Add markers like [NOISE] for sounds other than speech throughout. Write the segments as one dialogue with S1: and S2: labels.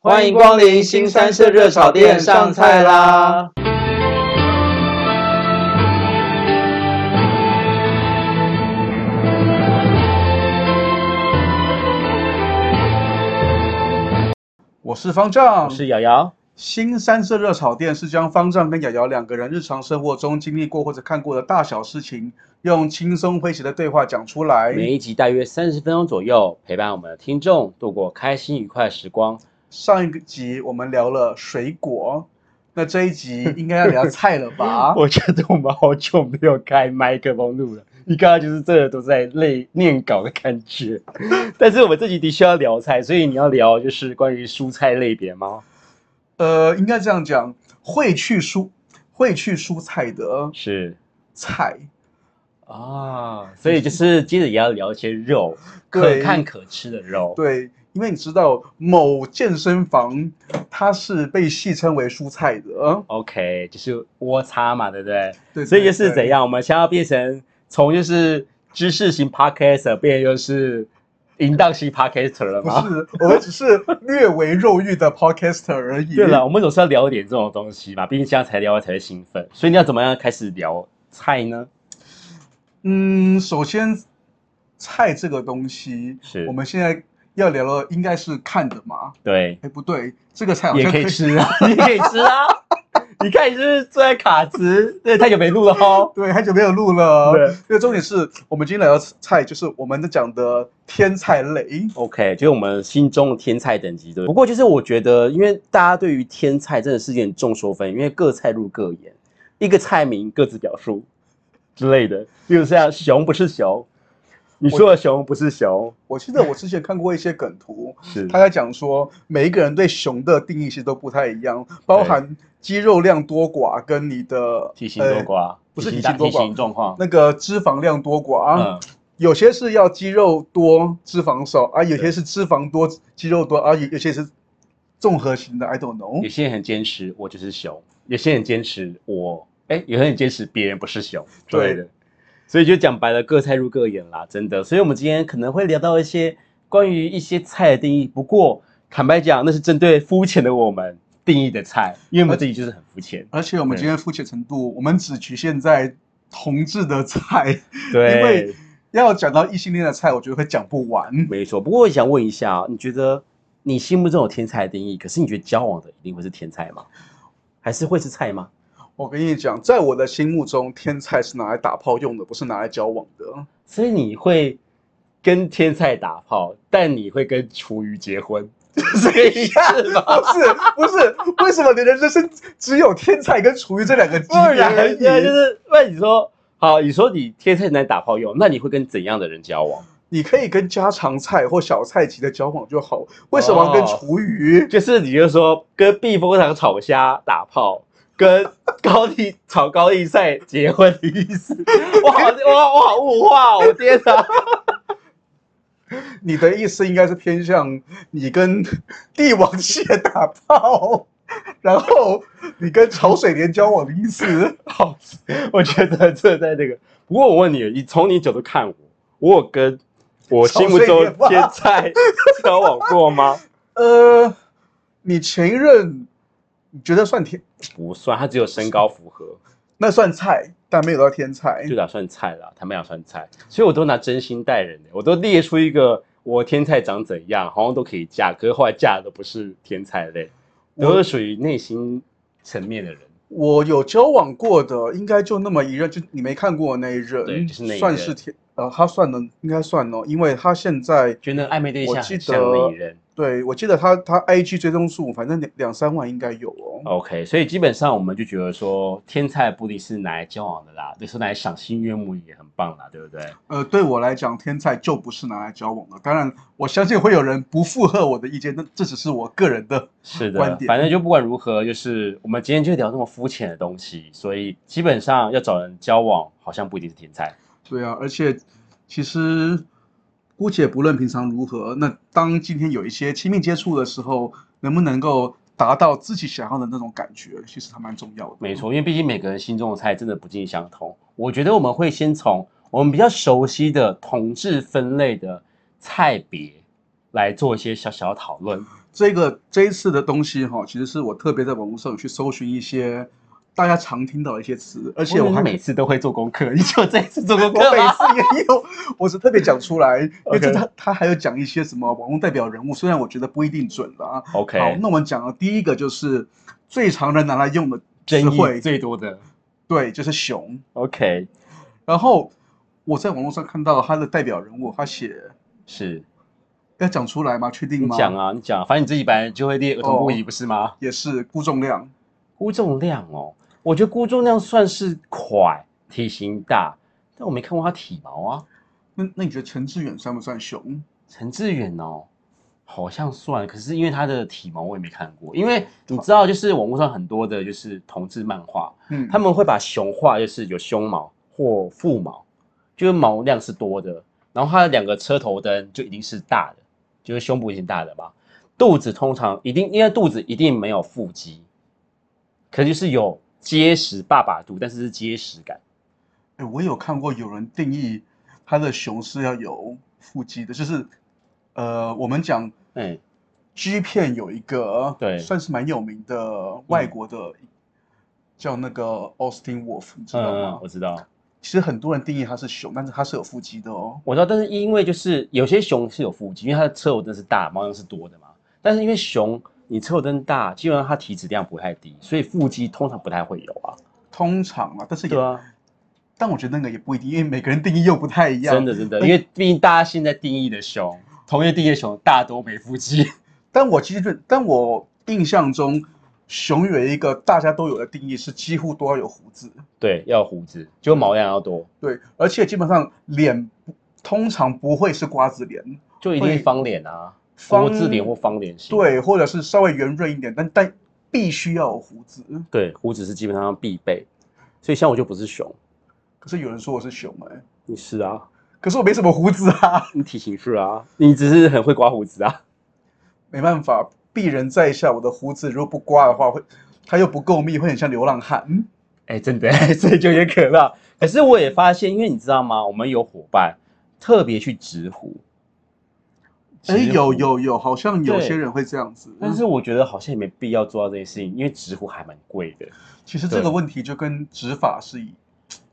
S1: 欢迎光临新三色热炒店，上菜啦！
S2: 我是方丈，
S1: 我是瑶瑶。
S2: 新三色热炒店是将方丈跟瑶瑶两个人日常生活中经历过或者看过的大小事情，用轻松诙谐的对话讲出来。
S1: 每一集大约三十分钟左右，陪伴我们的听众度过开心愉快的时光。
S2: 上一个集我们聊了水
S1: [LAUGHS]
S2: 果，那这一集应该要聊菜了吧？
S1: 我觉得我们好久没有开麦克风录了，你刚刚就是真的都在累念稿的感
S2: [LAUGHS]
S1: 觉。但是我们这集的确要聊菜，所以你要聊就是关于蔬菜类别吗？
S2: 呃，应该这样讲，会去蔬会去蔬菜的
S1: 是
S2: 菜，
S1: 啊，所以就是接着也要聊一些肉，可
S2: 对
S1: 看可吃的肉。
S2: 对，因为你知道某健身房它是被戏称为蔬菜的，
S1: OK，就是窝叉嘛，对不对？
S2: 对，
S1: 所以
S2: 对
S1: 就是怎？样，我们先要变成从就是知识型 podcaster 变成就是淫荡型 podcaster
S2: 对
S1: 了
S2: 不
S1: 吗？
S2: 是，我们只是略为肉欲的 podcaster 而已。
S1: 对了，我们总是要聊一点这种东西嘛，毕竟这样才聊才会兴奋。所以你要怎么样开始聊菜呢？
S2: 嗯，首先，菜这个东西，
S1: 是
S2: 我们现在要聊的应该是看的嘛？
S1: 对，
S2: 哎，不对，这个菜好
S1: 也
S2: 像
S1: 可以吃啊， [LAUGHS] 也可以吃啊。你看你是不是坐在卡池，对，太久没录了
S2: [LAUGHS]
S1: 哦。
S2: 对，很久没有录了。
S1: 对，
S2: 那重点是我们今天聊的菜，就是我们讲的天菜类。
S1: OK，就是我们心中的天菜等级，对不对。不过就是我觉得，因为大家对于天菜真的是件众说纷纭，因为各菜入各言，一个菜名各自表述之类的。例如像熊不是熊，你说的熊不是熊，
S2: 我记得我之前看过一些梗图，
S1: 是
S2: 他在讲说每一个人对熊的定义其实都不太一样，包
S1: 对
S2: 含肌肉量多寡跟你的
S1: 体型多
S2: 呃
S1: 寡，
S2: 不是
S1: 体
S2: 体
S1: 型
S2: 型多寡
S1: 体型状况，
S2: 那个脂肪量多寡啊。
S1: 嗯，
S2: 有些是要肌肉多脂肪少啊，有些是脂肪多肌肉多啊，有有些是综合型的，I don't
S1: 有
S2: know。
S1: 些人很坚持我就是熊，有些人坚持我，哎，有些人坚持别人不是熊之类的。所以就讲白了，各菜入各眼啦，真的。所以我们今天可能会聊到一些关于一些菜的定义，不过坦白讲，那是针对肤浅的我们定义的菜，因为我们自己就是很肤浅。
S2: 而且我们
S1: 对
S2: 今天肤浅程度，我们只局限在同志的菜， [LAUGHS] 因
S1: 对
S2: 为，要讲到异性恋的菜，我觉得会讲不完。
S1: 没错。不过我想问一下啊，你觉得你心目中有天菜的定义，可是你觉得交往的一定会是天菜吗？还是会是菜吗？
S2: 我跟你讲，在我的心目中，天菜是拿来打炮用的，不是拿来交往 [LAUGHS] 的。
S1: 所以你会跟天菜打炮，但你会跟厨余结婚，是这个意思吗？
S2: 不啊是不是，为什么你的人生只有天菜跟厨余这两个级
S1: 不
S2: 别
S1: 然
S2: 而
S1: 对，就
S2: 已？
S1: 是那你说好，你说你天菜难打炮用，那你会跟怎样的人交往？
S2: 你可以跟家常菜或小菜级的交往就好，为什么要跟
S1: 哦
S2: 厨余？
S1: 就是你就说跟避风塘炒虾打炮。跟高丽炒高丽菜结婚的意思，我好我好我好物化哦，我天哪！
S2: 你的意思应该是偏向你跟帝王蟹打炮，然后你跟潮水连交往的意思。
S1: [LAUGHS] 好，我觉得这在那个。不过我问你，你从你角度看我，我有跟我心目中天菜交往
S2: [LAUGHS]
S1: 过吗？
S2: 呃，你前一任你觉得算天，
S1: 不算，他只有身高符合，
S2: 那算菜，但没有到天菜
S1: 就。打算菜啦，他们俩算菜，所以我都拿真心待人的，我都列出一个我天菜长怎样，好像都可以嫁，可是后来嫁的都不是天菜类，都
S2: 我
S1: 是属于内心层面的人。
S2: 我有交往过的，应该就那么一任，就你没看过的那一任，
S1: 对就是那一
S2: 算
S1: 任
S2: 是天。呃，他算能应该算哦，因为他现在
S1: 觉得暧昧对
S2: 我
S1: 象
S2: 记
S1: 很像那一
S2: 得
S1: 人
S2: 对我记得他他 IG 追踪数，反正两两三万应该有哦。
S1: ，OK，所以基本上我们就觉得说，天菜不一定是拿来交往的啦，就是拿来赏心悦目也很棒啦，对不对？
S2: 呃，对我来讲，天菜就不是拿来交往的。当然，我相信会有人不附和我的意见，那这只是我个人的。
S1: 是
S2: 观
S1: 的，
S2: 点
S1: 反正就不管如何，就是我们今天就聊这么肤浅的东西，所以基本上要找人交往，好像不一定是天才。
S2: 对啊，而且其实姑且不论平常如何，那当今天有一些亲密接触的时候，能不能够达到自己想要的那种感觉，其实还蛮重要的。
S1: 没，错，因为毕竟每个人心中的菜真的不尽相同。我觉得我们会先从我们比较熟悉的同志分类的菜别来做一些小小的讨论。
S2: 这个这一次的东西哈，其实是我特别在网络上有去搜寻一些大家常听到的一些词，而且我
S1: 我
S2: 还
S1: 每次都会做功课，你就这一次做功
S2: 我
S1: 课
S2: 每
S1: 吗？
S2: 次也有，我是特别讲出来，因为
S1: [LAUGHS] OK
S2: 他他还有讲一些什么网络代表人物，虽然我觉得不一定准了啊。好，
S1: OK，
S2: 那我们讲的第一个就是最常人拿来用的词
S1: 争
S2: 汇
S1: 议，最多的
S2: 对，就是熊。
S1: OK
S2: 然后我在网络上看到他的代表人物，他写
S1: 是
S2: 要讲出来吗？确定
S1: 你
S2: 吗？
S1: 讲啊，你讲啊，反正你自己本来就会列儿童不宜，不是吗？
S2: 也是估重量，
S1: 估重量哦，我觉得估重量算是快，体型大，但我没看过他体毛啊。
S2: 那那你觉得陈志远算不算熊？
S1: 陈志远哦，好像算，可是因为他的体毛我也没看过，因为你知道，就是网络上很多的就是同志漫画，
S2: 嗯，
S1: 他们会把熊画就是有胸毛或腹毛，就是毛量是多的，然后它的两个车头灯就一定是大的，就是胸部一定大的嘛，肚子通常一定因为肚子一定没有腹肌，可就是有结实爸爸肚，但是是结实感。
S2: 哎，我有看过有人定义他的熊是要有腹肌的，就是呃，我们讲
S1: 嗯，
S2: G 片有一个
S1: 对嗯
S2: 算是蛮有名的外国的，叫那个 Austin Wolf，你知道
S1: 嗯
S2: 吗，
S1: 我？知道。
S2: 其实很多人定义他是熊，但是他是有腹肌的哦。
S1: 我知道，但是因为就是有些熊是有腹肌，因为它的车头灯是大，毛量是多的嘛。但是因为熊你车头灯大，基本上它体脂量不太低，所以腹肌通常不太会有啊。
S2: 通常嘛，但是也，
S1: 对啊，
S2: 但我觉得那个也不一定，因为每个人定义又不太一样。
S1: 真的真的，因为毕竟大家现在定义的熊，同业定义的熊大多没腹 [LAUGHS] 肌。
S2: 但我其实觉得，但我印象中，熊有一个大家都有的定义是几乎都要有胡子，
S1: 对，要有胡子，就毛量要多，
S2: 对，而且基本上脸不通常不会是瓜子脸，
S1: 就一定
S2: 会
S1: 是方脸啊，
S2: 方
S1: 国字脸或方脸型。
S2: 对，或者是稍微圆润一点，但但必须要有胡子。
S1: 对，胡子是基本上必备，所以像我就不是熊，
S2: 可是有人说我是熊哎、
S1: 你是啊，
S2: 可是我没什么胡子啊， [LAUGHS]
S1: 你体型是啊，你只是很会刮胡子啊。
S2: 没办法，鄙人在下，我的胡子如果不刮的话，会它又不够密，会很像流浪汉。
S1: 哎、真的， [LAUGHS] 所以就有点可怕。可是我也发现，因为你知道吗？我们有伙伴特别去直呼，
S2: 哎，
S1: 直呼
S2: 有。有有，好像有
S1: 对
S2: 些人会这样子。嗯
S1: 但是我觉得好像也没必要做到这件事情，因为直呼还蛮贵的。
S2: 其实这个
S1: 对
S2: 问题就跟执法是一，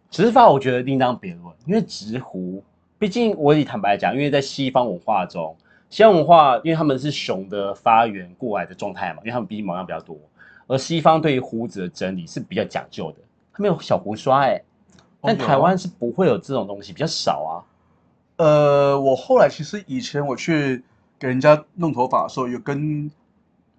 S1: 直发我觉得另当别论，因为直呼，毕竟我也坦白讲，因为在西方文化中，西方文化因为他们是熊的发源过来的状态嘛，因为他们毕竟毛量比较多，而西方对于胡子的整理是比较讲究的，他们有小胡刷哎、但
S2: 有
S1: 台
S2: 啊
S1: 湾是不会有这种东西，比较少啊。
S2: 呃，我后来其实以前我去给人家弄头发的时候，有跟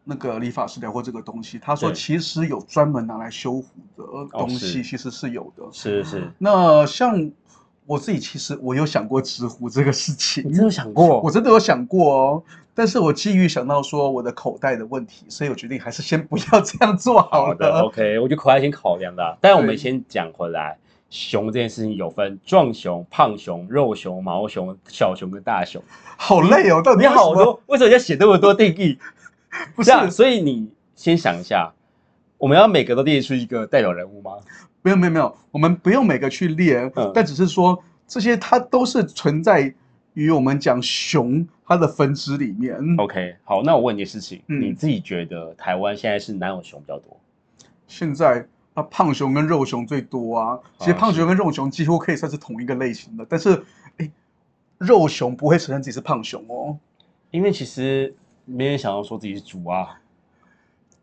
S2: 那个理发师聊过这个东西，他说
S1: 对
S2: 其实有专门拿来修胡的东西，
S1: 是
S2: 其实哦是有的。
S1: 是是，
S2: 那像我自己，其实我有想过直胡这个事
S1: 你
S2: 情，
S1: 真有想过？
S2: 我真的有想过哦。但是我基于想到说我的口袋的问题，所以我决定还是先不要这样做好
S1: 好的
S2: 了。
S1: ，OK，我觉得可爱先考量啦。但我
S2: 对
S1: 们先讲回来，熊这件事情有分壮熊、胖熊、肉熊、毛熊、小熊跟大熊。
S2: 好累哦，到底
S1: 你
S2: 为什
S1: 好
S2: 么？
S1: 多，为什么要写那么多定义？
S2: [LAUGHS] 不
S1: 这
S2: 是，
S1: 样，所以你先想一下，我们要每个都列出一个代表人物吗？
S2: 没有没有没有，我们不用每个去列，
S1: 嗯
S2: 但只是说这些它都是存在于我们讲熊它的分支里面。
S1: OK，好，那我问你一件事情，
S2: 嗯
S1: 你自己觉得台湾现在是哪种熊比较多？
S2: 现在啊，胖熊跟肉熊最多啊，其实
S1: 啊
S2: 胖
S1: 是
S2: 熊跟肉熊几乎可以算是同一个类型的，但是哎，肉熊不会承认自己是胖熊哦。
S1: 因为其实没人想要说自己是猪啊， [LAUGHS]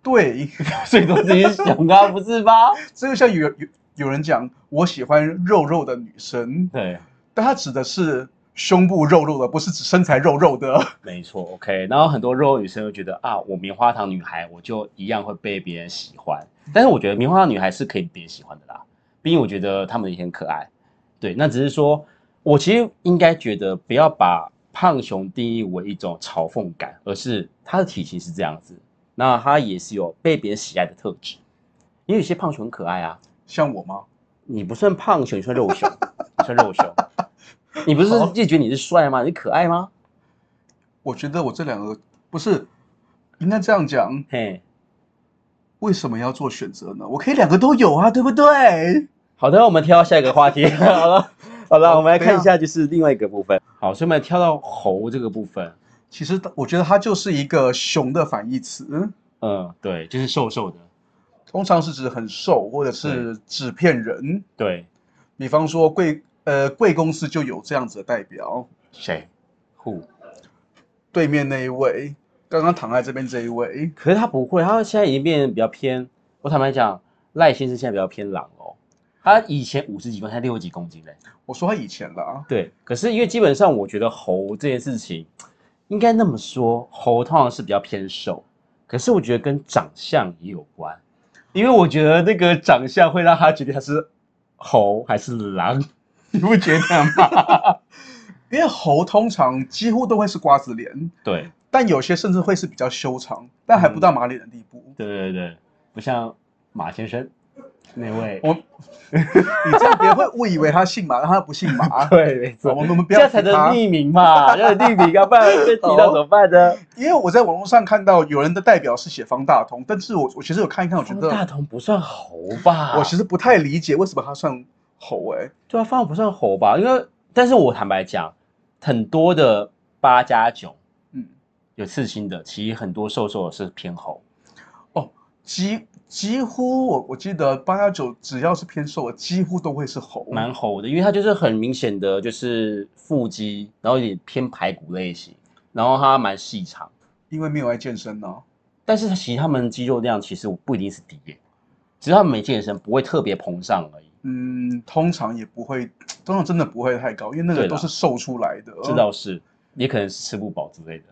S2: 对，
S1: 所以都自己是熊啊，不是吗？
S2: 这就像有有有人讲我喜欢肉肉的女生，
S1: 对，
S2: 但他指的是胸部肉肉的，不是指身材肉肉的。 [LAUGHS]
S1: 没错，OK。然后很多肉女生会觉得啊，我棉花糖女孩，我就一样会被别人喜欢。但是我觉得棉花糖女孩是可以被别人喜欢的啦，毕竟我觉得她们也很可爱。对，那只是说我其实应该觉得不要把胖熊定义为一种嘲讽感，而是它的体型是这样子，那它也是有被别人喜爱的特质。因为有些胖熊很可爱啊，
S2: 像我吗？
S1: 你不算胖熊，你算肉熊，你算肉熊。你不是
S2: 好
S1: 也觉得你是帅吗？你可爱吗？
S2: 我觉得我这两个不是应该这样讲，
S1: 嘿。
S2: 为什么要做选择呢？我可以两个都有啊，对不对？
S1: 好的，我们跳到下一个话 [LAUGHS] 题。好了，好了，我们来
S2: 等一下
S1: 看一下就是另外一个部分。好，所以我们跳到猴这个部分。
S2: 其实我觉得它就是一个熊的反义词，
S1: 嗯，对，就是瘦瘦的，
S2: 通常是指很瘦或者是指骗人。
S1: 对，
S2: 比方说贵呃贵公司就有这样子的代表，
S1: 谁？Who？
S2: 对面那一位，刚刚躺在这边这一位，
S1: 可是他不会，他现在已经变得比较偏。我坦白讲，赖先生现在比较偏狼哦。他以前五十几公斤，他六十几公斤嘞。
S2: 我说他以前了啊，
S1: 对，可是因为基本上，我觉得猴这件事情，应该那么说，猴通常是比较偏瘦，可是我觉得跟长相也有关，因为我觉得那个长相会让他决定他是猴还是狼，
S2: 你不觉得吗？因为猴通常几乎都会是瓜子脸，
S1: 对，
S2: 但有些甚至会是比较修长，但还不
S1: 嗯
S2: 到马脸的地步。
S1: 对对对，不像马先生那位，
S2: 我，你这样别人会误以为他姓马，但他不姓
S1: [LAUGHS]
S2: 马。
S1: 对，没
S2: 我
S1: 错，
S2: 们我们不
S1: 这
S2: 要
S1: 样
S2: 提
S1: 才能
S2: 他，
S1: 匿名嘛，要有匿名啊，不然被提到怎么办呢？
S2: 因为我在网络上看到有人的代表是写方大同，但是我我其实有看一看，我觉
S1: 方
S2: 得
S1: 大同不算猴吧？
S2: 我其实不太理解为什么他算猴哎、
S1: 对啊，方不算猴吧？因为，但是我坦白讲，很多的八加九
S2: 嗯，
S1: 有刺青的，其实很多瘦瘦的是偏猴。
S2: 几几乎我我记得八幺九只要是偏瘦的，几乎都会是猴。
S1: 蛮猴的，因为它就是很明显的就是腹肌，然后有点偏排骨类型，然后它蛮细长，
S2: 因为没有爱健身啊呢、
S1: 但是其实他们肌肉量其实不一定是低耶，只是他们每健身不会特别膨胀而已。
S2: 嗯，通常也不会，通常真的不会太高，因为那个
S1: 对啦
S2: 都是瘦出来的。
S1: 这倒是，也可能是吃不饱之类的。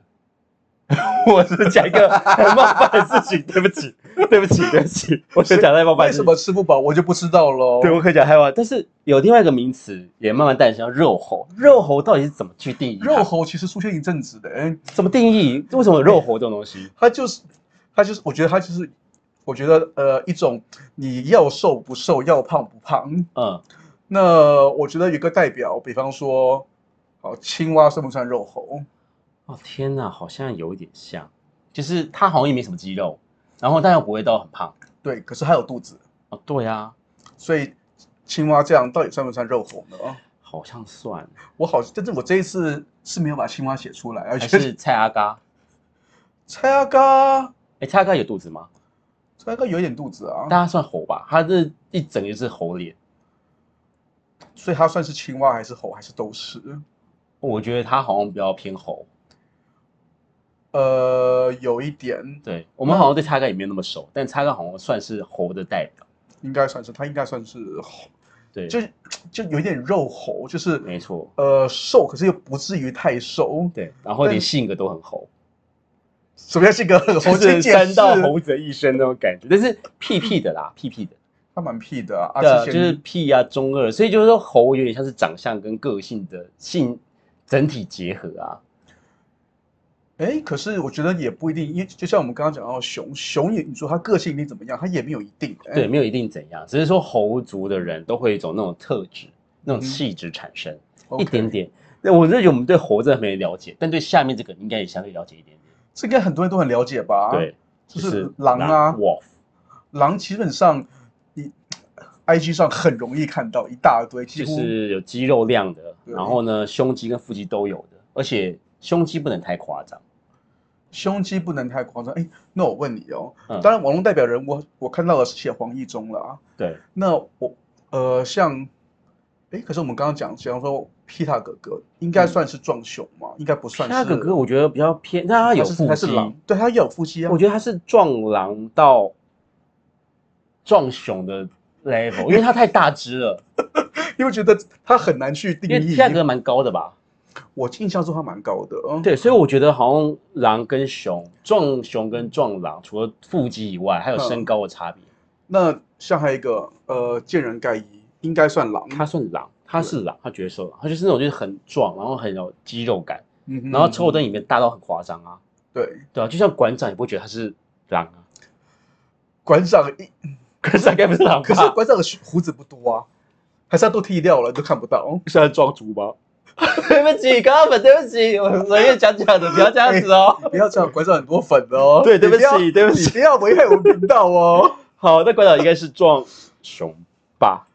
S1: [LAUGHS] 我只是讲一个很冒犯的事情，对不起，对不起，对不起，我只讲太冒犯
S2: 为
S1: 的事
S2: 什
S1: 情。
S2: 么吃不饱，我就不知道喽。
S1: 对，我可以讲害怕，但是有另外一个名词也慢慢诞生，叫肉猴。肉猴到底是怎么去定义它？
S2: 肉猴其实出现一阵子的，哎，
S1: 怎么定义？为什么有肉猴这种东西？
S2: 它就是，它就是，我觉得它就是，我觉得呃，一种你要瘦不瘦，要胖不胖。
S1: 嗯，
S2: 那我觉得有一个代表，比方说，好，青蛙算不算肉猴？
S1: 哦天哪，好像有一点像，就是它好像也没什么肌肉，然后但又不会到很胖。
S2: 对，可是它有肚子，
S1: 哦，对啊，
S2: 所以青蛙这样到底算不算肉猴呢？
S1: 好像算，
S2: 我好，但是我这一次是没有把青蛙写出来，而
S1: 还
S2: 且
S1: 是蔡阿嘎？
S2: [LAUGHS] 蔡阿嘎，
S1: 哎，蔡阿嘎有肚子吗？
S2: 蔡阿嘎有一点肚子啊，
S1: 但他算猴吧？他这一整就是猴脸。
S2: 所以它算是青蛙还是猴还是都是？
S1: 我觉得他好像比较偏猴。
S2: 呃，有一点
S1: 对我们好像对蔡阿嘎也没有那么熟，但蔡阿嘎好像算是猴的代表。
S2: 应该算是，它应该算是猴，
S1: 对，
S2: 就就有一点肉猴，就是
S1: 没错。
S2: 呃瘦，可是又不至于太瘦。
S1: 对，然后连
S2: 但
S1: 性格都很猴，
S2: 什么叫性格 [LAUGHS] 很猴？
S1: [LAUGHS] 就是
S2: 请解
S1: 三
S2: 释。
S1: 道猴子的一生那种感觉，但是屁屁的啦，屁屁的，
S2: 他蛮屁的嗯啊，
S1: 对啊，
S2: 啊之
S1: 就
S2: 前
S1: 是屁啊，中二，所以就是说猴有点像是长相跟个性的性整体结合啊，
S2: 哎，可是我觉得也不一定，因为就像我们刚刚讲到熊，熊也你说它个性一定怎么样，它也没有一定。诶
S1: 对，，没有一定怎样，只是说猴族的人都会有一种那种特质、那种
S2: 嗯
S1: 气质产生、
S2: OK
S1: 一点。点。那我真的觉得我们对猴真的没了解，但对下面这个应该也相对了解一点点。
S2: 这应该很多人都很了解吧？，
S1: 对，
S2: 啊就
S1: 就是
S2: 狼啊
S1: ，wolf，
S2: 狼基本上你 IG 上很容易看到一大堆，几
S1: 就
S2: 乎
S1: 是有肌肉量的，
S2: 对
S1: 然后呢，胸肌跟腹肌都有的，而且胸肌不能太夸张。
S2: 胸肌不能太夸张。哎，那我问你哦，
S1: 嗯
S2: 当然网络代表人我我看到的是写黄义中了啊。
S1: 对，
S2: 那我呃像，哎，可是我们刚刚讲，比方说皮塔哥哥应该
S1: 嗯
S2: 算是壮熊嘛，应该不算是。
S1: 他嗯哥哥我觉得比较偏，但他有
S2: 是
S1: 腹
S2: 还是
S1: 肌，
S2: 狼，对他有腹肌啊。
S1: 我觉得他是壮狼到壮熊的 level，因为他太大只 [LAUGHS] 了，
S2: 因为觉得他很难去定
S1: 因为
S2: 义。
S1: 价格蛮高的吧？
S2: 我印象中他蛮高的，嗯，
S1: 对，所以我觉得好像狼跟熊，壮熊跟壮狼，除了腹肌以外，还有身高的差别。
S2: 那像还有一个呃，见人盖伊应该算狼，
S1: 他算狼，他是狼，他绝对瘦狼，他就是那种就是很壮，然后很有肌肉感，
S2: 嗯哼
S1: 然后抽灯里面大到很夸张啊，
S2: 对
S1: 对啊，就像馆长也不会觉得他是狼啊，
S2: 馆长一，
S1: 馆长该不是狼吧？
S2: 可是馆长的胡子不多啊，还是他都剃掉了，都看不到。
S1: 是在装猪吗？对不起，高本，对不起，我随便讲讲的，不要这样子哦。
S2: 不要这样，馆长很多粉的哦。
S1: [LAUGHS] 对对不起
S2: 你要
S1: 对不起
S2: [LAUGHS] 你不要危害我们频道哦。
S1: 好，那馆长应该是壮熊吧？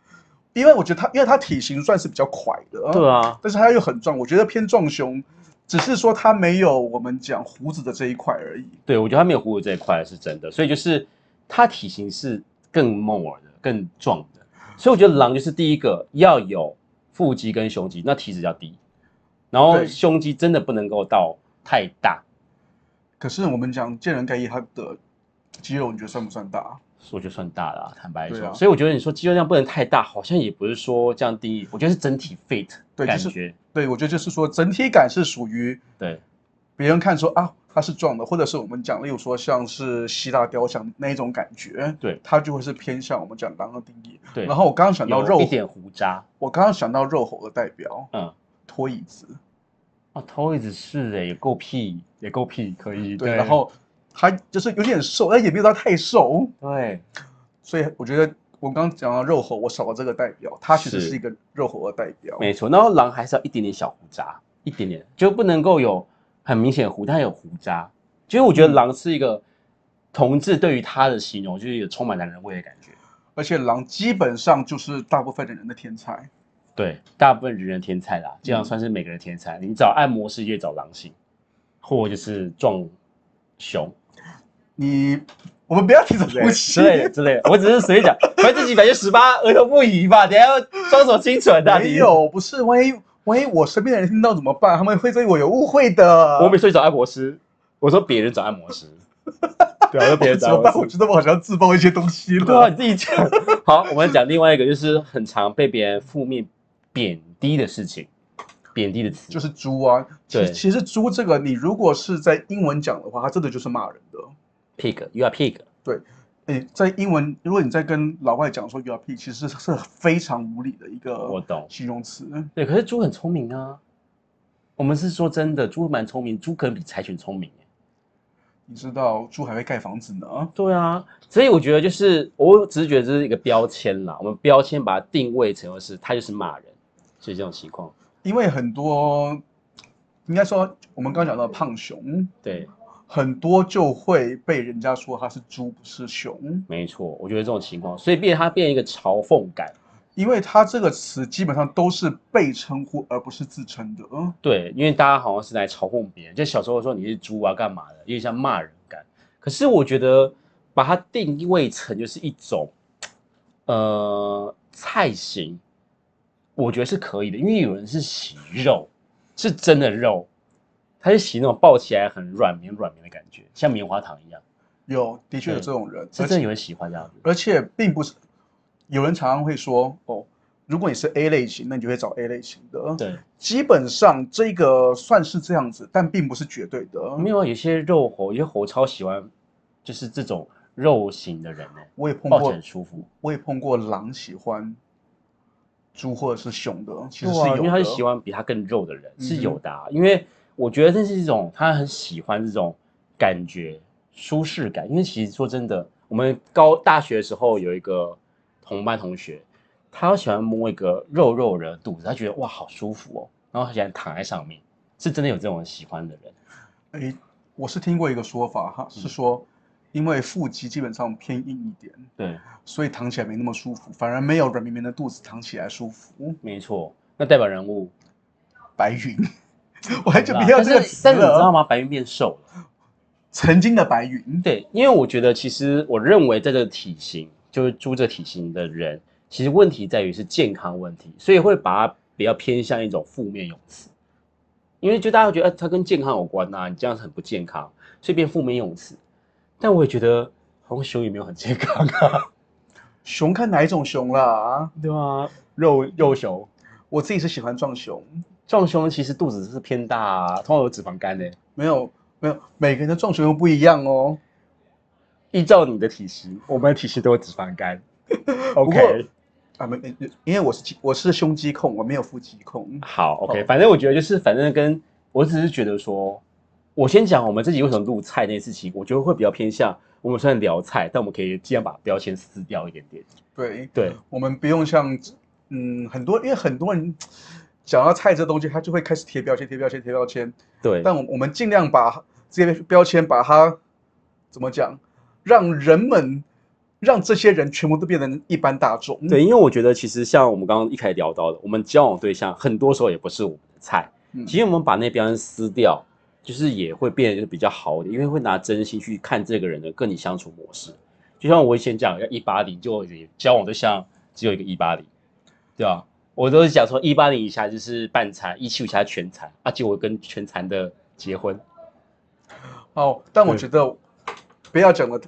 S2: 因为我觉得他，因为他体型算是比较快的，
S1: 对，啊，
S2: 但是他又很壮，我觉得偏壮熊只是说他没有我们讲胡子的这一块而已。
S1: 对，我觉得他没有胡子这一块是真的，所以就是他体型是更 more 的、更壮的，所以我觉得狼就是第一个要有腹肌跟胸肌，那体脂要低，然后
S2: 对
S1: 胸肌真的不能够到太大，
S2: 可是我们讲见人盖伊，他的肌肉你觉得算不算大？
S1: 我觉得算大了啊，坦白
S2: 对
S1: 说。
S2: 啊
S1: 所以我觉得你说肌肉量不能太大，好像也不是说这样定义，我觉得是整体 fit
S2: 对
S1: 感
S2: 就是
S1: 觉，
S2: 对，我觉得就是说整体感是属于
S1: 对
S2: 别人看说啊他是壮的，或者是我们讲，例如说像是希腊雕像那一种感觉，
S1: 对
S2: 它就会是偏向我们讲狼的定义。
S1: 对。
S2: 然后我刚刚想到
S1: 有
S2: 肉
S1: 一，点胡渣，
S2: 我刚刚想到肉猴的代表
S1: 嗯，
S2: 拖椅子，
S1: 哦，头一直是哎，也够屁，也够屁，可以。
S2: 对，然后他就是有点瘦，但也没有到太瘦，
S1: 对
S2: 所以我觉得我刚刚讲到肉猴，我少了这个代表，它其实
S1: 是
S2: 是一个肉猴的代表。
S1: 没错，然后狼还是要一点点小胡渣，一点点，就不能够有很明显的胡，但有胡渣。其实我
S2: 嗯
S1: 觉得狼是一个同志对于他的形容，就是有充满男人味的感觉。
S2: 而且狼基本上就是大部分的人的天才，
S1: 对，大部分人人天才啦，这样算是每个人天才。
S2: 嗯
S1: 你找按摩世界找狼型，或就是撞熊
S2: 你我们不要提这
S1: 之
S2: 东
S1: 类
S2: 西
S1: 之。类的之类的。我只是随
S2: [LAUGHS]
S1: 便讲，反正自己百分之十八儿童不宜吧，等一下要装什么清纯大
S2: 没
S1: 你。
S2: 有，不是，万一万一我身边的人听到怎么办？他们会对我有误会的。
S1: 我每次去找按摩师，我说别人找按摩
S2: [LAUGHS]
S1: 师，对啊，我说别人
S2: 怎
S1: 找
S2: 么
S1: 按
S2: 办？
S1: 摩
S2: 我
S1: 师。
S2: 觉得我好像自爆一些东西
S1: 对啊，
S2: 了。
S1: 你自己讲。好，我们讲另外一个，就是很常被别人负面贬低的事情，贬低的词，
S2: 就是猪啊，其
S1: 对
S2: 其实猪这个，你如果是在英文讲的话，它真的就是骂人的。
S1: pig，you are pig。
S2: 哎，在英文，如果你在跟老外讲说 “you are pig”，其实是非常无理的一
S1: 我
S2: 个
S1: 懂。
S2: 形容词。
S1: 对，可是猪很聪明啊。我们是说真的，猪蛮聪明，猪可能比柴犬聪明耶。欸
S2: 你知道猪还会盖房子呢？
S1: 对啊，所以我觉得就是，我只是觉得这是一个标签啦。我们标签把它定位成为是，它就是骂人，所以这种情况。
S2: 因为很多，应该说我们刚讲到胖熊，
S1: 对，
S2: 很多就会被人家说它是猪不是熊，
S1: 没错，我觉得这种情况，所以变它变一个嘲讽感。
S2: 因为它这个词基本上都是被称呼而不是自称的。嗯
S1: 对，因为大家好像是来嘲讽别人，就小时候说你是猪啊，干嘛的，有点像骂人感。可是我觉得把它定位成就是一种，呃，菜型，我觉得是可以的，因为有人是洗肉，是真的肉，它是洗那种抱起来很软绵软绵的感觉，像棉花糖一样，
S2: 有，的确有
S1: 对
S2: 这种人，
S1: 是
S2: 而
S1: 真的
S2: 且
S1: 有人喜欢这样子。
S2: 而且并不是，有人常常会说哦，如果你是 A 类型，那你就会找 A 类型的。，
S1: 对，
S2: 基本上这个算是这样子，但并不是绝对的。
S1: 没有啊，有些肉猴，有些猴超喜欢，就是这种肉型的人呢、
S2: 我也碰
S1: 抱起来
S2: 过
S1: 很，舒服。
S2: 我也碰过狼喜欢猪或者是熊的，其实
S1: 对
S2: 是
S1: 啊
S2: 有的。
S1: 因为他是喜欢比他更肉的人，是
S2: 嗯哼
S1: 有的、啊。因为我觉得这是一种他很喜欢这种感觉舒适感。因为其实说真的，我们高大学的时候有一个同班同学，他喜欢摸一个肉肉人的肚子，他觉得哇好舒服哦，然后他喜欢躺在上面，是真的有这种喜欢的人。
S2: 诶，我是听过一个说法哈，是
S1: 嗯
S2: 说，因为腹肌基本上偏硬一点，
S1: 对，
S2: 所以躺起来没那么舒服，反而没有软绵绵的肚子躺起来舒服。
S1: 没错。那代表人物，
S2: 白云， [LAUGHS] 我很久没
S1: 但
S2: 听到这啊个
S1: 是
S2: 词
S1: 但是你知道
S2: 了。
S1: 吗？白云变瘦了。
S2: 曾经的白云，
S1: 对，因为我觉得其实我认为在这个体型，就是猪这体型的人，其实问题在于是健康问题，所以会把它比较偏向一种负面用词，因为就大家会觉得、呃、它跟健康有关呐、你这样子很不健康，所以变负面用词。但我也觉得好像熊也没有很健康啊，
S2: 熊看哪一种熊啦？
S1: [LAUGHS] 对啊，肉肉熊。
S2: 我自己是喜欢壮熊，
S1: 壮熊其实肚子是偏大、啊，通常有脂肪肝的、
S2: 没有没有，每个人的壮熊又不一样哦。
S1: 依照你的体型，我们的体型都有脂肪 [LAUGHS] 肝。OK，
S2: 啊，没没，因为我是肌我是胸肌控，我没有腹肌控。
S1: 好，OK，
S2: 哦
S1: 反正我觉得就是，反正跟我只是觉得说，我先讲我们自己为什么录菜那件事情，我觉得会比较偏向我们虽然聊菜，但我们可以尽量把标签撕掉一点点。
S2: 对，
S1: 对，
S2: 我们不用像，嗯，很多，因为很多人讲到菜这东西，他就会开始贴标签、贴标签、贴标签。
S1: 对，
S2: 但我我们尽量把这些标签把它怎么讲，让人们让这些人全部都变成一般大
S1: 嗯
S2: 众。
S1: 对，因为我觉得其实像我们刚刚一开始聊到的，我们交往对象很多时候也不是我们的菜，
S2: 嗯
S1: 其实我们把那标签撕掉，就是也会变得比较好一点，因为会拿真心去看这个人的跟你相处模式。就像我以前讲，要一八零，就也交往对象只有一个一八零，对吧、我都是讲说一八零以下就是半残，一七五以下全残，而且我跟全残的结婚，
S2: 哦，但我
S1: 对
S2: 觉得不要讲的，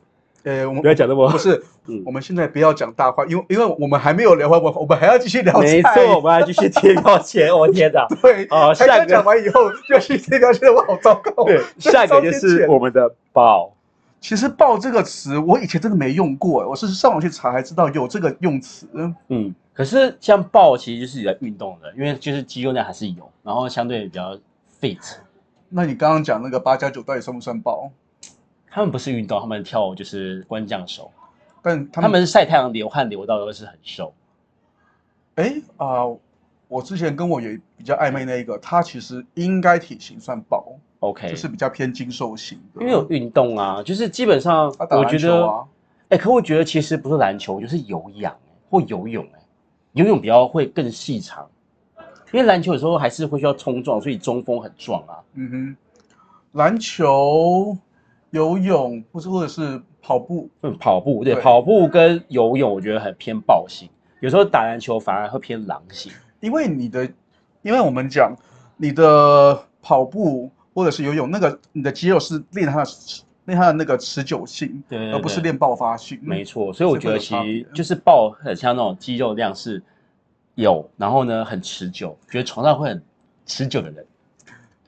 S2: 呃，我们
S1: 不要讲那么
S2: 不是
S1: 嗯，
S2: 我们现在不要讲大话，因为因为我们还没有聊完，我我们还要继续聊
S1: 没
S2: 菜。
S1: 错，我们要继续 [LAUGHS] 贴标签。我天哪！
S2: 对，
S1: 哦，
S2: 才刚
S1: 下一个
S2: 讲完以后就要去贴标签，我好糟糕。 [LAUGHS]
S1: 对， [LAUGHS] 下一个就
S2: 这是
S1: 是我们的宝，
S2: 其实“爆”这个词，我以前真的没用过，我是上网去查才知道有这个用词。
S1: 嗯，可是像豹其实就是比较运动的，因为就是肌肉量还是有，然后相对比较 fit。
S2: 那你刚刚讲那个八加九到底算不算爆？
S1: 他们不是运动，他们跳就是关将手，
S2: 但他
S1: 他
S2: 们
S1: 们是晒太阳流汗流到都是很瘦。
S2: 哎啊、我之前跟我也比较暧昧那一个，他其实应该体型算爆，
S1: OK，
S2: 就是比较偏精瘦型的。
S1: 因为有运动啊，就是基本上
S2: 他打
S1: 我
S2: 篮
S1: 觉
S2: 球
S1: 得，
S2: 啊，
S1: 哎、可我觉得其实不是篮球，就是有氧或游泳、哎，游泳比较会更细长，因为篮球有时候还是会需要冲撞，所以中锋很壮啊。
S2: 嗯哼，篮球、游泳，或是或者是跑步，
S1: 嗯，跑步对，
S2: 对
S1: 跑步跟游泳我觉得很偏暴型，有时候打篮球反而会偏狼型。
S2: 因为你的，因为我们讲你的跑步或者是游泳，那个你的肌肉是练它的持练它的那个持久性，
S1: 对对对
S2: 而不是练爆发性。
S1: 没错，所以我觉得
S2: 是
S1: 其
S2: 会有差别
S1: 实就是抱很像那种肌肉量是有，然后呢很持久，觉得床上会很持久的人。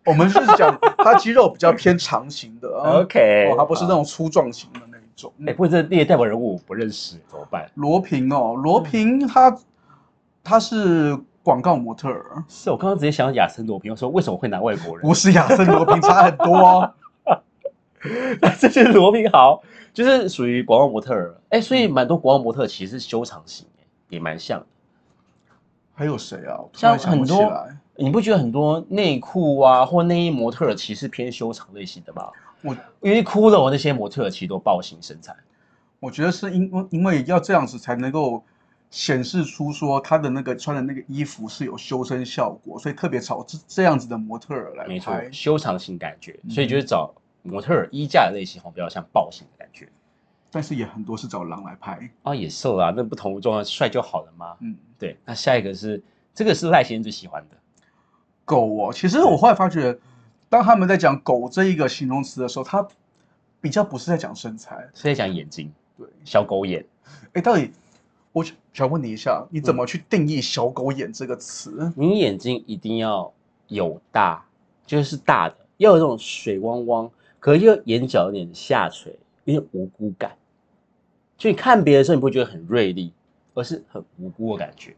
S2: 我们是
S1: [LAUGHS]
S2: 讲它肌肉比较偏长型的啊
S1: OK，
S2: 哦，它不是那
S1: 好。
S2: 种粗壮型的那一种。
S1: 哎、不过这列代表人物我不认识怎么办？
S2: 罗平
S1: 嗯
S2: 哦，罗平他他是广告模特儿，
S1: 是我刚刚直接想到亚森罗平，我说为什么会拿外国人？
S2: 不是亚森罗平，差很多哦。
S1: [LAUGHS] 这就是罗平豪，就是属于广告模特儿。哎、所以蛮多广告模特儿其实是修长型、哎也蛮像的。
S2: 还有谁啊？我突
S1: 像
S2: 然想不
S1: 很
S2: 起
S1: 多
S2: 来。
S1: 你不觉得很多内裤啊或内衣模特儿其实偏修长类型的吗？
S2: 我
S1: 因为骷髅那些模特儿其实都暴型身材。
S2: 我觉得是因为因为要这样子才能够显示出说他的那个穿的那个衣服是有修身效果，所以特别找这这样子的模特儿来
S1: 没错
S2: 拍，。
S1: 修长型感觉，所以
S2: 嗯
S1: 就是找模特儿衣架的类型，好像比较像豹型的感觉。
S2: 但是也很多是找狼来拍。
S1: 啊，也瘦啦，那不同状况帅就好了嘛。
S2: 嗯，
S1: 对，那下一个是这个是赖先生最喜欢的，
S2: 狗哦，其实我后来发觉，当他们在讲狗这一个形容词的时候，他比较不是在讲身材。
S1: 是在讲眼睛，
S2: 对，
S1: 小狗眼。
S2: 哎，到底我想问你一下，你
S1: 嗯
S2: 怎么去定义“小狗眼”这个词？
S1: 你眼睛一定要有大，就是大的，要有那种水汪汪，可是又眼角有点下垂，有点无辜感。就你看别人的时候，你不会觉得很锐利，而是很无辜的感觉。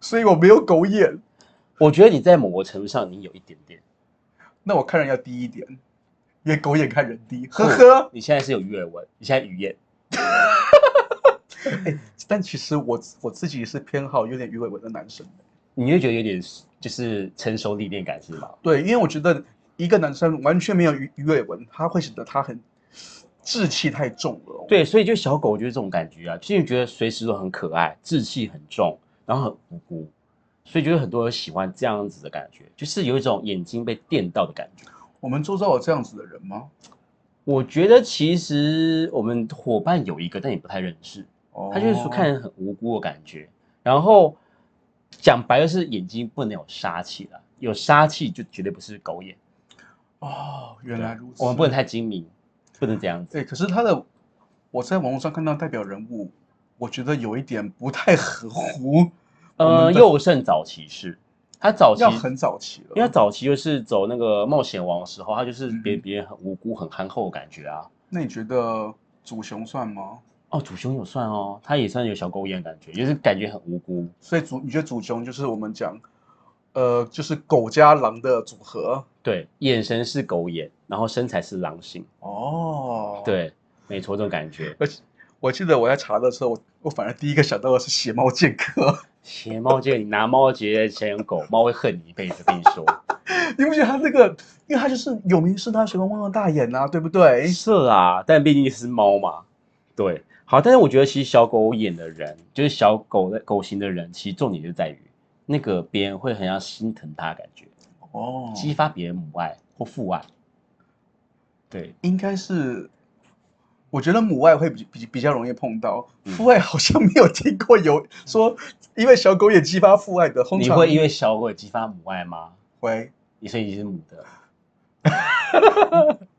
S2: 所以我没有狗眼，
S1: 我觉得你在某个程度上，你有一点点。
S2: 那我看人要低一点，因为狗眼看人低，呵呵。
S1: 你现在是有鱼尾纹，你现在鱼眼。
S2: 但其实我我自己是偏好有点鱼尾纹的男生。
S1: 你会觉得有点就是成熟历练感是吗？
S2: 对，因为我觉得一个男生完全没有鱼鱼尾纹，他会显得他很志气太重了、，哦
S1: 对，所以就小狗就是这种感觉啊，就是觉得随时都很可爱，志气很重，然后很无辜，所以觉得很多人喜欢这样子的感觉，就是有一种眼睛被电到的感觉。
S2: 我们周遭有这样子的人吗？
S1: 我觉得其实我们伙伴有一个，但也不太认识，
S2: 哦
S1: 他就是说看人很无辜的感觉，然后讲白了是眼睛不能有杀气了，有杀气就绝对不是狗眼，啊
S2: 哦，原来如此。哎
S1: 我们不能太精明，不能这样子。
S2: 对，可是他的我在网络上看到代表人物，我觉得有一点不太合乎，我
S1: 呃，
S2: 们的
S1: 右胜早期是，他早期
S2: 要很早期了。
S1: 因为他早期就是走那个冒险王的时候，他就是
S2: 啊嗯
S1: 别别人很无辜、很憨厚的感觉啊。
S2: 那你觉得祖雄算吗？
S1: 哦，主兄有算哦，他也算有小狗眼的感觉，就是感觉很无辜。
S2: 所以祖你觉得祖雄就是我们讲，呃，就是狗加狼的组合。
S1: 对，眼神是狗眼，然后身材是狼型。
S2: 哦，，
S1: 对，没错，这种感觉。
S2: 而且我记得我在查的时候，我我反而第一个想到的是血猫剑客，
S1: 邪猫姐，你拿猫姐想养狗，猫会恨你一辈子。跟你说，
S2: [LAUGHS] 你不觉得他那个，因为他就是有名是他水汪汪的大眼啊，对不对？
S1: 是啦，但毕竟是猫嘛。对，好，但是我觉得其实小狗眼的人，就是小狗的狗型的人，其实重点就在于那个别人会很像心疼他的感觉。
S2: 哦，
S1: 激发别人母爱或父爱。对，
S2: 应该是，我觉得母爱会比比比较容易碰到，
S1: 嗯
S2: 父爱好像没有听过有说，因为小狗也激发父爱的。通
S1: 你
S2: 常
S1: 会因为小狗激发母爱吗？
S2: 喂，
S1: 你所以你是母
S2: [LAUGHS]
S1: 的，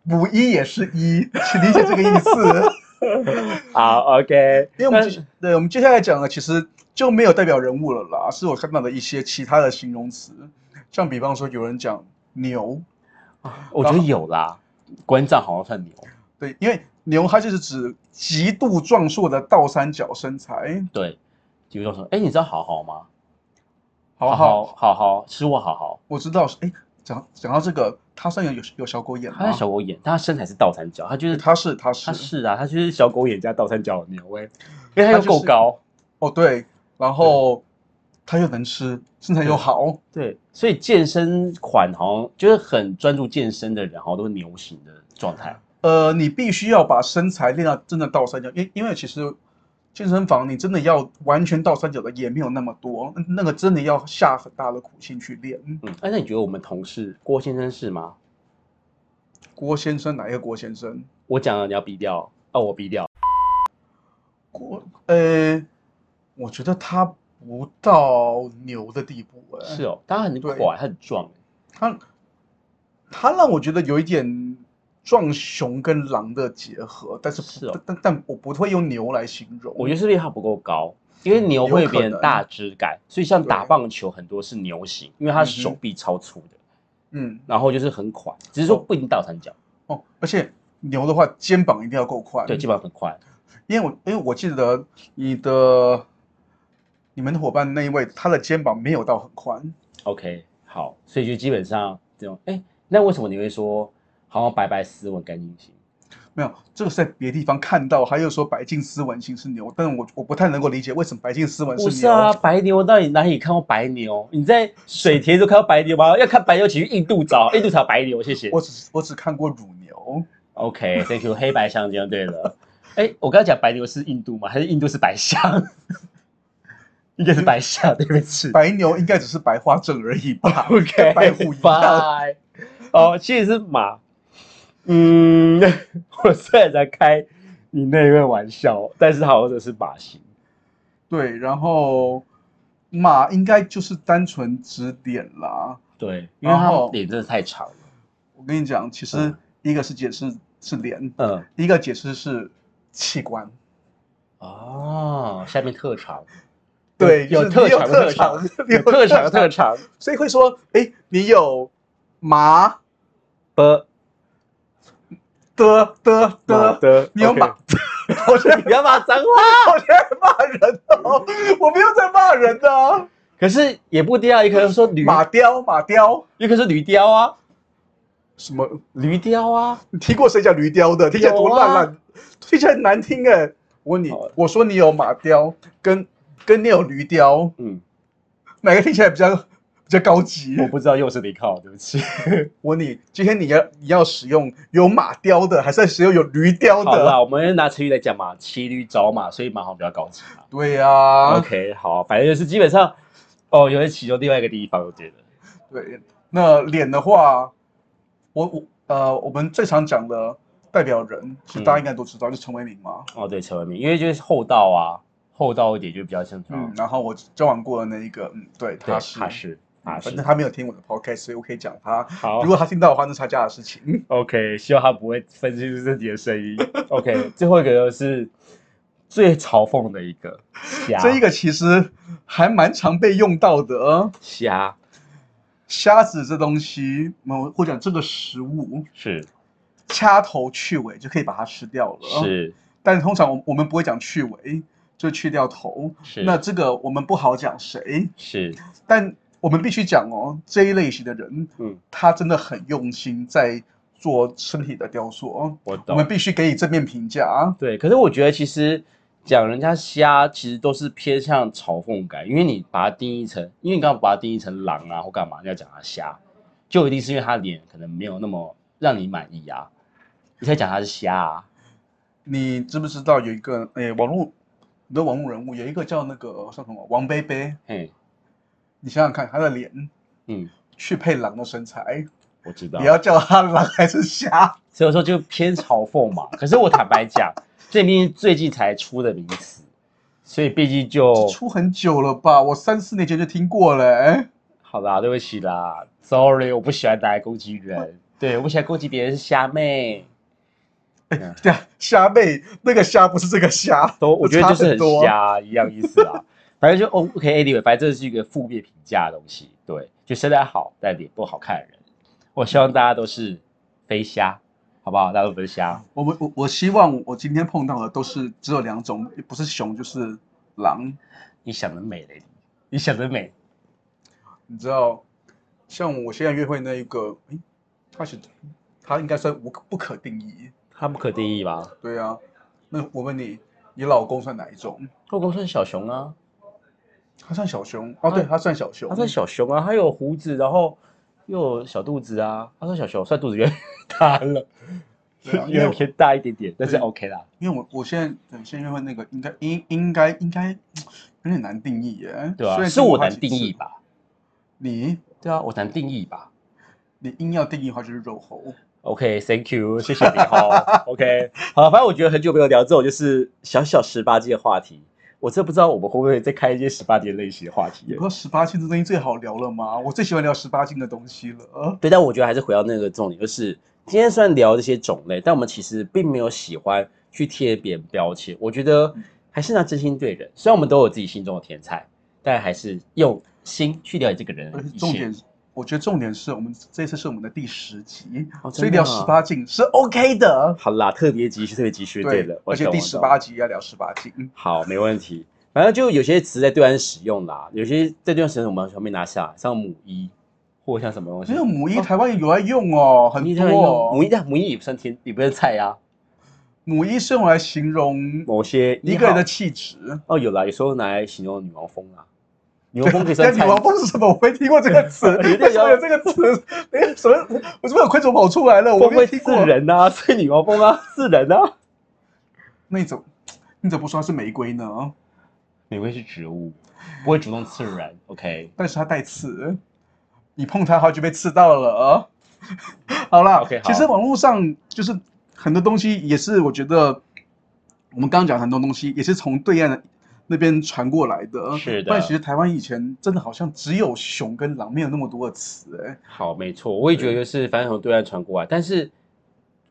S2: 母一也是一，请理解这个意思。
S1: 好，OK，
S2: 因为我们接对我们接下来讲的其实就没有代表人物了啦，是我看到的一些其他的形容词，像比方说有人讲牛，
S1: 我觉得有啦，馆长好像算牛，
S2: 对，因为牛它就是指极度壮硕的倒三角身材，
S1: 对，比如说说，哎，你知道好好吗？
S2: 好
S1: 好
S2: 好，
S1: 好好吃我好好，
S2: 我知道是哎，讲讲到这个，他算有有有小狗眼
S1: 他
S2: 吗？
S1: 是小狗眼，但他身材是倒三角，他就是
S2: 他是他
S1: 他
S2: 是
S1: 是啊，他就是小狗眼加倒三角的牛哎，因为他
S2: 他
S1: 又
S2: 就
S1: 够
S2: 是
S1: 高，
S2: 哦对，然后他又能吃，身材又好，
S1: 对，所以健身款好像就是很专注健身的人，好像都是牛型的状态。
S2: 呃，你必须要把身材练到真的倒三角，因因为其实健身房你真的要完全倒三角的也没有那么多，那那个真的要下很大的苦心去练。
S1: 嗯，哎、那你觉得我们同事郭先生是吗？
S2: 郭先生哪一个郭先生？
S1: 我讲了你要逼掉哦，我逼掉。
S2: 郭呃，我觉得他不到牛的地步、哎，
S1: 是哦，他很
S2: 对
S1: 垮，他很壮，
S2: 他他让我觉得有一点壮熊跟狼的结合，但是不
S1: 是哦
S2: 但但但我不会用牛来形容，
S1: 我觉得是不是因为他不够高？因为
S2: 嗯
S1: 牛
S2: 有
S1: 会
S2: 可
S1: 别人
S2: 能
S1: 大肢感，所以像打
S2: 对
S1: 棒球很多是牛型，因为他手
S2: 嗯哼
S1: 臂超粗的，
S2: 嗯
S1: 然后就是很快，只是说不一定倒三角，
S2: 哦，而且牛的话肩膀一定要够宽，
S1: 对，基本上很快。
S2: 因为我因为我记得你的你们的伙伴那一位，他的肩膀没有到很宽，
S1: OK，好，所以就基本上这种，哎、那为什么你会说好像白白斯文干净型？
S2: 没有，这个是在别的地方看到，他又说白净斯文型是牛，但我我不太能够理解为什么白净斯文
S1: 不
S2: 牛。
S1: 是啊，白牛到底哪里看过白牛？你在水田都看到白牛吗？要看白牛，请去印度找，印度找白牛，谢谢。
S2: 我只我只看过乳牛，
S1: OK，Thank、you，黑白相间对了。哎、我刚才讲白牛是印度吗？还是印度是白象？应该是白象，对不起。
S2: 白牛应该只是白花症而已吧
S1: [LAUGHS] OK，
S2: 跟白虎一样。
S1: 拜。哦，其实是马。嗯， [LAUGHS] 我虽然在开你那个玩笑，但是好像是马型。
S2: 对，然后马应该就是单纯指点啦。
S1: 对，因为
S2: 然
S1: 他
S2: 后
S1: 脸真的太长了。
S2: 我跟你讲，其实
S1: 嗯
S2: 一个是解释是脸，
S1: 嗯，
S2: 一个解释是器官。
S1: 哦，下面特长。
S2: 对，
S1: 有
S2: 就是
S1: 特
S2: 你 [LAUGHS] 有
S1: 长
S2: 特
S1: 特长
S2: 长，你
S1: 有特长的特
S2: 长，
S1: 长
S2: 所以会说，哎，你有麻
S1: 的
S2: 的的的，
S1: 的
S2: 你有马，我现在
S1: 不要骂脏话。
S2: 我现在骂人哦，我没有在骂人的啊，
S1: 可是也不一定啊，也可能说驴，
S2: 马雕马雕，
S1: 也可能是驴雕啊，
S2: 什么？
S1: 驴雕啊，
S2: 你听过谁讲驴雕的？听起来多烂
S1: 有啊
S2: 烂，听起来很难听哎。我问你
S1: 好，
S2: 我说你有马雕，跟跟你有驴雕，
S1: 嗯，
S2: 哪个听起来比较比较高级？
S1: 我不知道又是你靠，对不
S2: [LAUGHS]
S1: 起。
S2: 我问你，今天你要你要使用有马雕的，还是使用有驴雕
S1: 好
S2: 的？啊
S1: 啦，我们拿成语来讲嘛，骑驴找马，所以马好像比较高级嘛。
S2: 对呀，
S1: OK，好，反正就是基本上，哦，有人骑到另外一个地方，我觉得
S2: 对，那脸的话，我我呃，我们最常讲的代表人，其实大家应该都知道，就陈为民嘛。
S1: 哦，对，陈文明，因为就是厚道啊，厚道一点就比较像什么
S2: 嗯，然后我交往过的那一个，嗯，对，
S1: 对
S2: 他是
S1: 踏实踏
S2: 嗯反
S1: 实
S2: 正。他没有听我的 podcast，所以我可以讲他。
S1: 好
S2: 如果他听到的话，那是他家的事情。
S1: ，OK，希望他不会分清楚自己的声音。OK，最后一个就是最嘲讽的一个瞎，
S2: 这一个其实还蛮常被用到的呃。
S1: 瞎
S2: 虾子这东西，我或讲这个食物，
S1: 是
S2: 掐头去尾就可以把它吃掉了。，
S1: 是
S2: 但通常我我们不会讲去尾，就去掉头。
S1: 是
S2: 那这个我们不好讲谁，
S1: 是
S2: 但我们必须讲哦，这一类型的人，
S1: 嗯，
S2: 他真的很用心在做身体的雕塑。哦
S1: 我
S2: 我
S1: 懂。
S2: 们必须给予正面评价。啊
S1: 对，可是我觉得其实讲人家瞎，其实都是偏向嘲讽感，因为你把它定义成，因为你刚刚把它定义成狼啊或干嘛，你要讲他瞎，就一定是因为他脸可能没有那么让你满意啊，你才讲他是瞎啊。
S2: 你知不知道有一个诶、网络很多网络人物有一个叫那个叫什么王贝贝？
S1: 嘿，
S2: 你想想看，他的脸
S1: 嗯，
S2: 去配狼的身材，
S1: 我知道
S2: 你。要叫他狼还是虾？
S1: 所以我说就偏嘲讽嘛。可是我坦白讲，这毕竟最近才出的名词，所以毕竟就
S2: 出很久了吧？我三四年前就听过了、哎
S1: 好啦，对不起啦，sorry，我不喜欢拿来攻击人，对我不喜欢攻击别人是虾妹。
S2: 对啊，虾妹那个虾不是这个虾，
S1: 都我觉得就是
S2: 差
S1: 很
S2: 多。啊
S1: 瞎一样意思 [LAUGHS] 啦。反正就 O K anyway，反正这是一个负面评价的东西。对，就身材好但脸不好看的人，我希望大家都是非虾，好不好？大家都不是虾，
S2: 我们我我希望我今天碰到的都是只有两种，不是熊就是狼。
S1: 你想得美嘞，你想得美，
S2: 你知道，像我现在约会那一个，诶他是他应该算无可不可定义。
S1: 他不可定义吧？
S2: 对啊，那我问你，你老公算哪一种？
S1: 后宫算小熊啊，
S2: 他算小熊哦，对，
S1: 他
S2: 他算小熊。
S1: 他算小熊啊，他有胡子，然后又有小肚子啊，他算小熊，算肚子有点 [LAUGHS] 大了，
S2: 对啊
S1: [LAUGHS] 有点偏大一点点，但是
S2: 对
S1: OK 啦。
S2: 因为我我现在对现在约会那个应该应应该应该有点难定义耶。
S1: 对啊
S2: 虽，然
S1: 是
S2: 听
S1: 我
S2: 过他
S1: 难
S2: 几
S1: 定义
S2: 次？
S1: 吧？
S2: 你
S1: 对啊，我难定义吧？
S2: 你硬要定义的话就是肉猴。
S1: OK，Thank、you，谢谢你哈。OK，好， [LAUGHS] 反正我觉得很久没有聊这种就是小小十八禁的话题，我真的不知道我们会不会再开一些十八禁类型的话题
S2: 你
S1: 耶
S2: 不。知道十八禁这东西最好聊了吗？我最喜欢聊十八禁的东西了。呃
S1: 对，但我觉得还是回到那个重点，就是今天虽然聊这些种类，但我们其实并没有喜欢去贴别人标签。我觉得还是拿真心对人，虽然我们都有自己心中的天才，但还是用心去了解这个人的
S2: 而且
S1: 一
S2: 重
S1: 切
S2: 点。，我觉得重点是我们这次是我们的第十集，
S1: 哦
S2: 所以
S1: 真的
S2: 聊
S1: 啊
S2: 十八禁是 OK 的。
S1: 好啦，特别集是特别集学对了，我
S2: 而且
S1: 懂
S2: 第
S1: 我
S2: 十
S1: 懂
S2: 八集要聊十八集，嗯
S1: 好，没问题。反正就有些词在对岸使用啦，有些在对岸使用我们全没拿下，像母一或像什么东西。
S2: 没有母一，台湾有在用哦，很
S1: 母一
S2: 多
S1: 它用母
S2: 哦。
S1: 一，但母一也不算天，也不算菜啊。
S2: 母一是用来形容
S1: 某些
S2: 一
S1: 一
S2: 个人
S1: 号
S2: 的气质。
S1: 哦，有啦，有时候拿来形容女王风啊， [LAUGHS] 女王风可以算
S2: 哎 [LAUGHS] 但女
S1: 菜。
S2: 王风是什么？我没听过这个词，
S1: [LAUGHS] 有点
S2: 为什么有这个词？哎，什么？我是不是有昆虫跑出来了？我
S1: 风
S2: 没
S1: 会
S2: 听
S1: 是
S2: 过。
S1: 人啊，所以女王风啊是人啊。
S2: 那你怎么你怎么不说它是玫瑰呢？
S1: 玫瑰是植物，不会主动刺人。OK
S2: 但是它带刺，你碰它好就被刺到了。 [LAUGHS] 好啦
S1: OK，好
S2: 其实网络上就是很多东西也是，我觉得我们刚刚讲很多东西也是从对岸那边传过来的。
S1: 是的
S2: 但其实台湾以前真的好像只有熊跟狼，没有那么多的词哎、
S1: 好，没错，我也觉得就是反正从对岸传过来，但是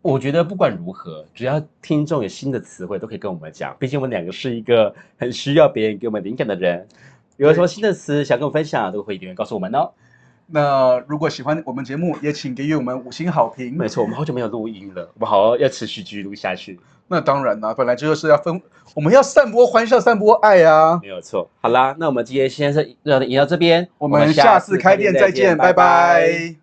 S1: 我觉得不管如何，只要听众有新的词汇，都可以跟我们讲。毕竟我们两个是一个很需要别人给我们灵感的人，有什么新的词想跟我们分享，都可以留言告诉我们哦。
S2: 那如果喜欢我们节目，也请给予我们五星好评。
S1: 没错，我们好久没有录音了，我们好好要持续继续录下去，
S2: 那当然啦，本来就是要分，我们要散播欢笑，散播爱啊。
S1: 没有错。好啦，那我们今天先是让你到这边，
S2: 我们下次开店再见，拜拜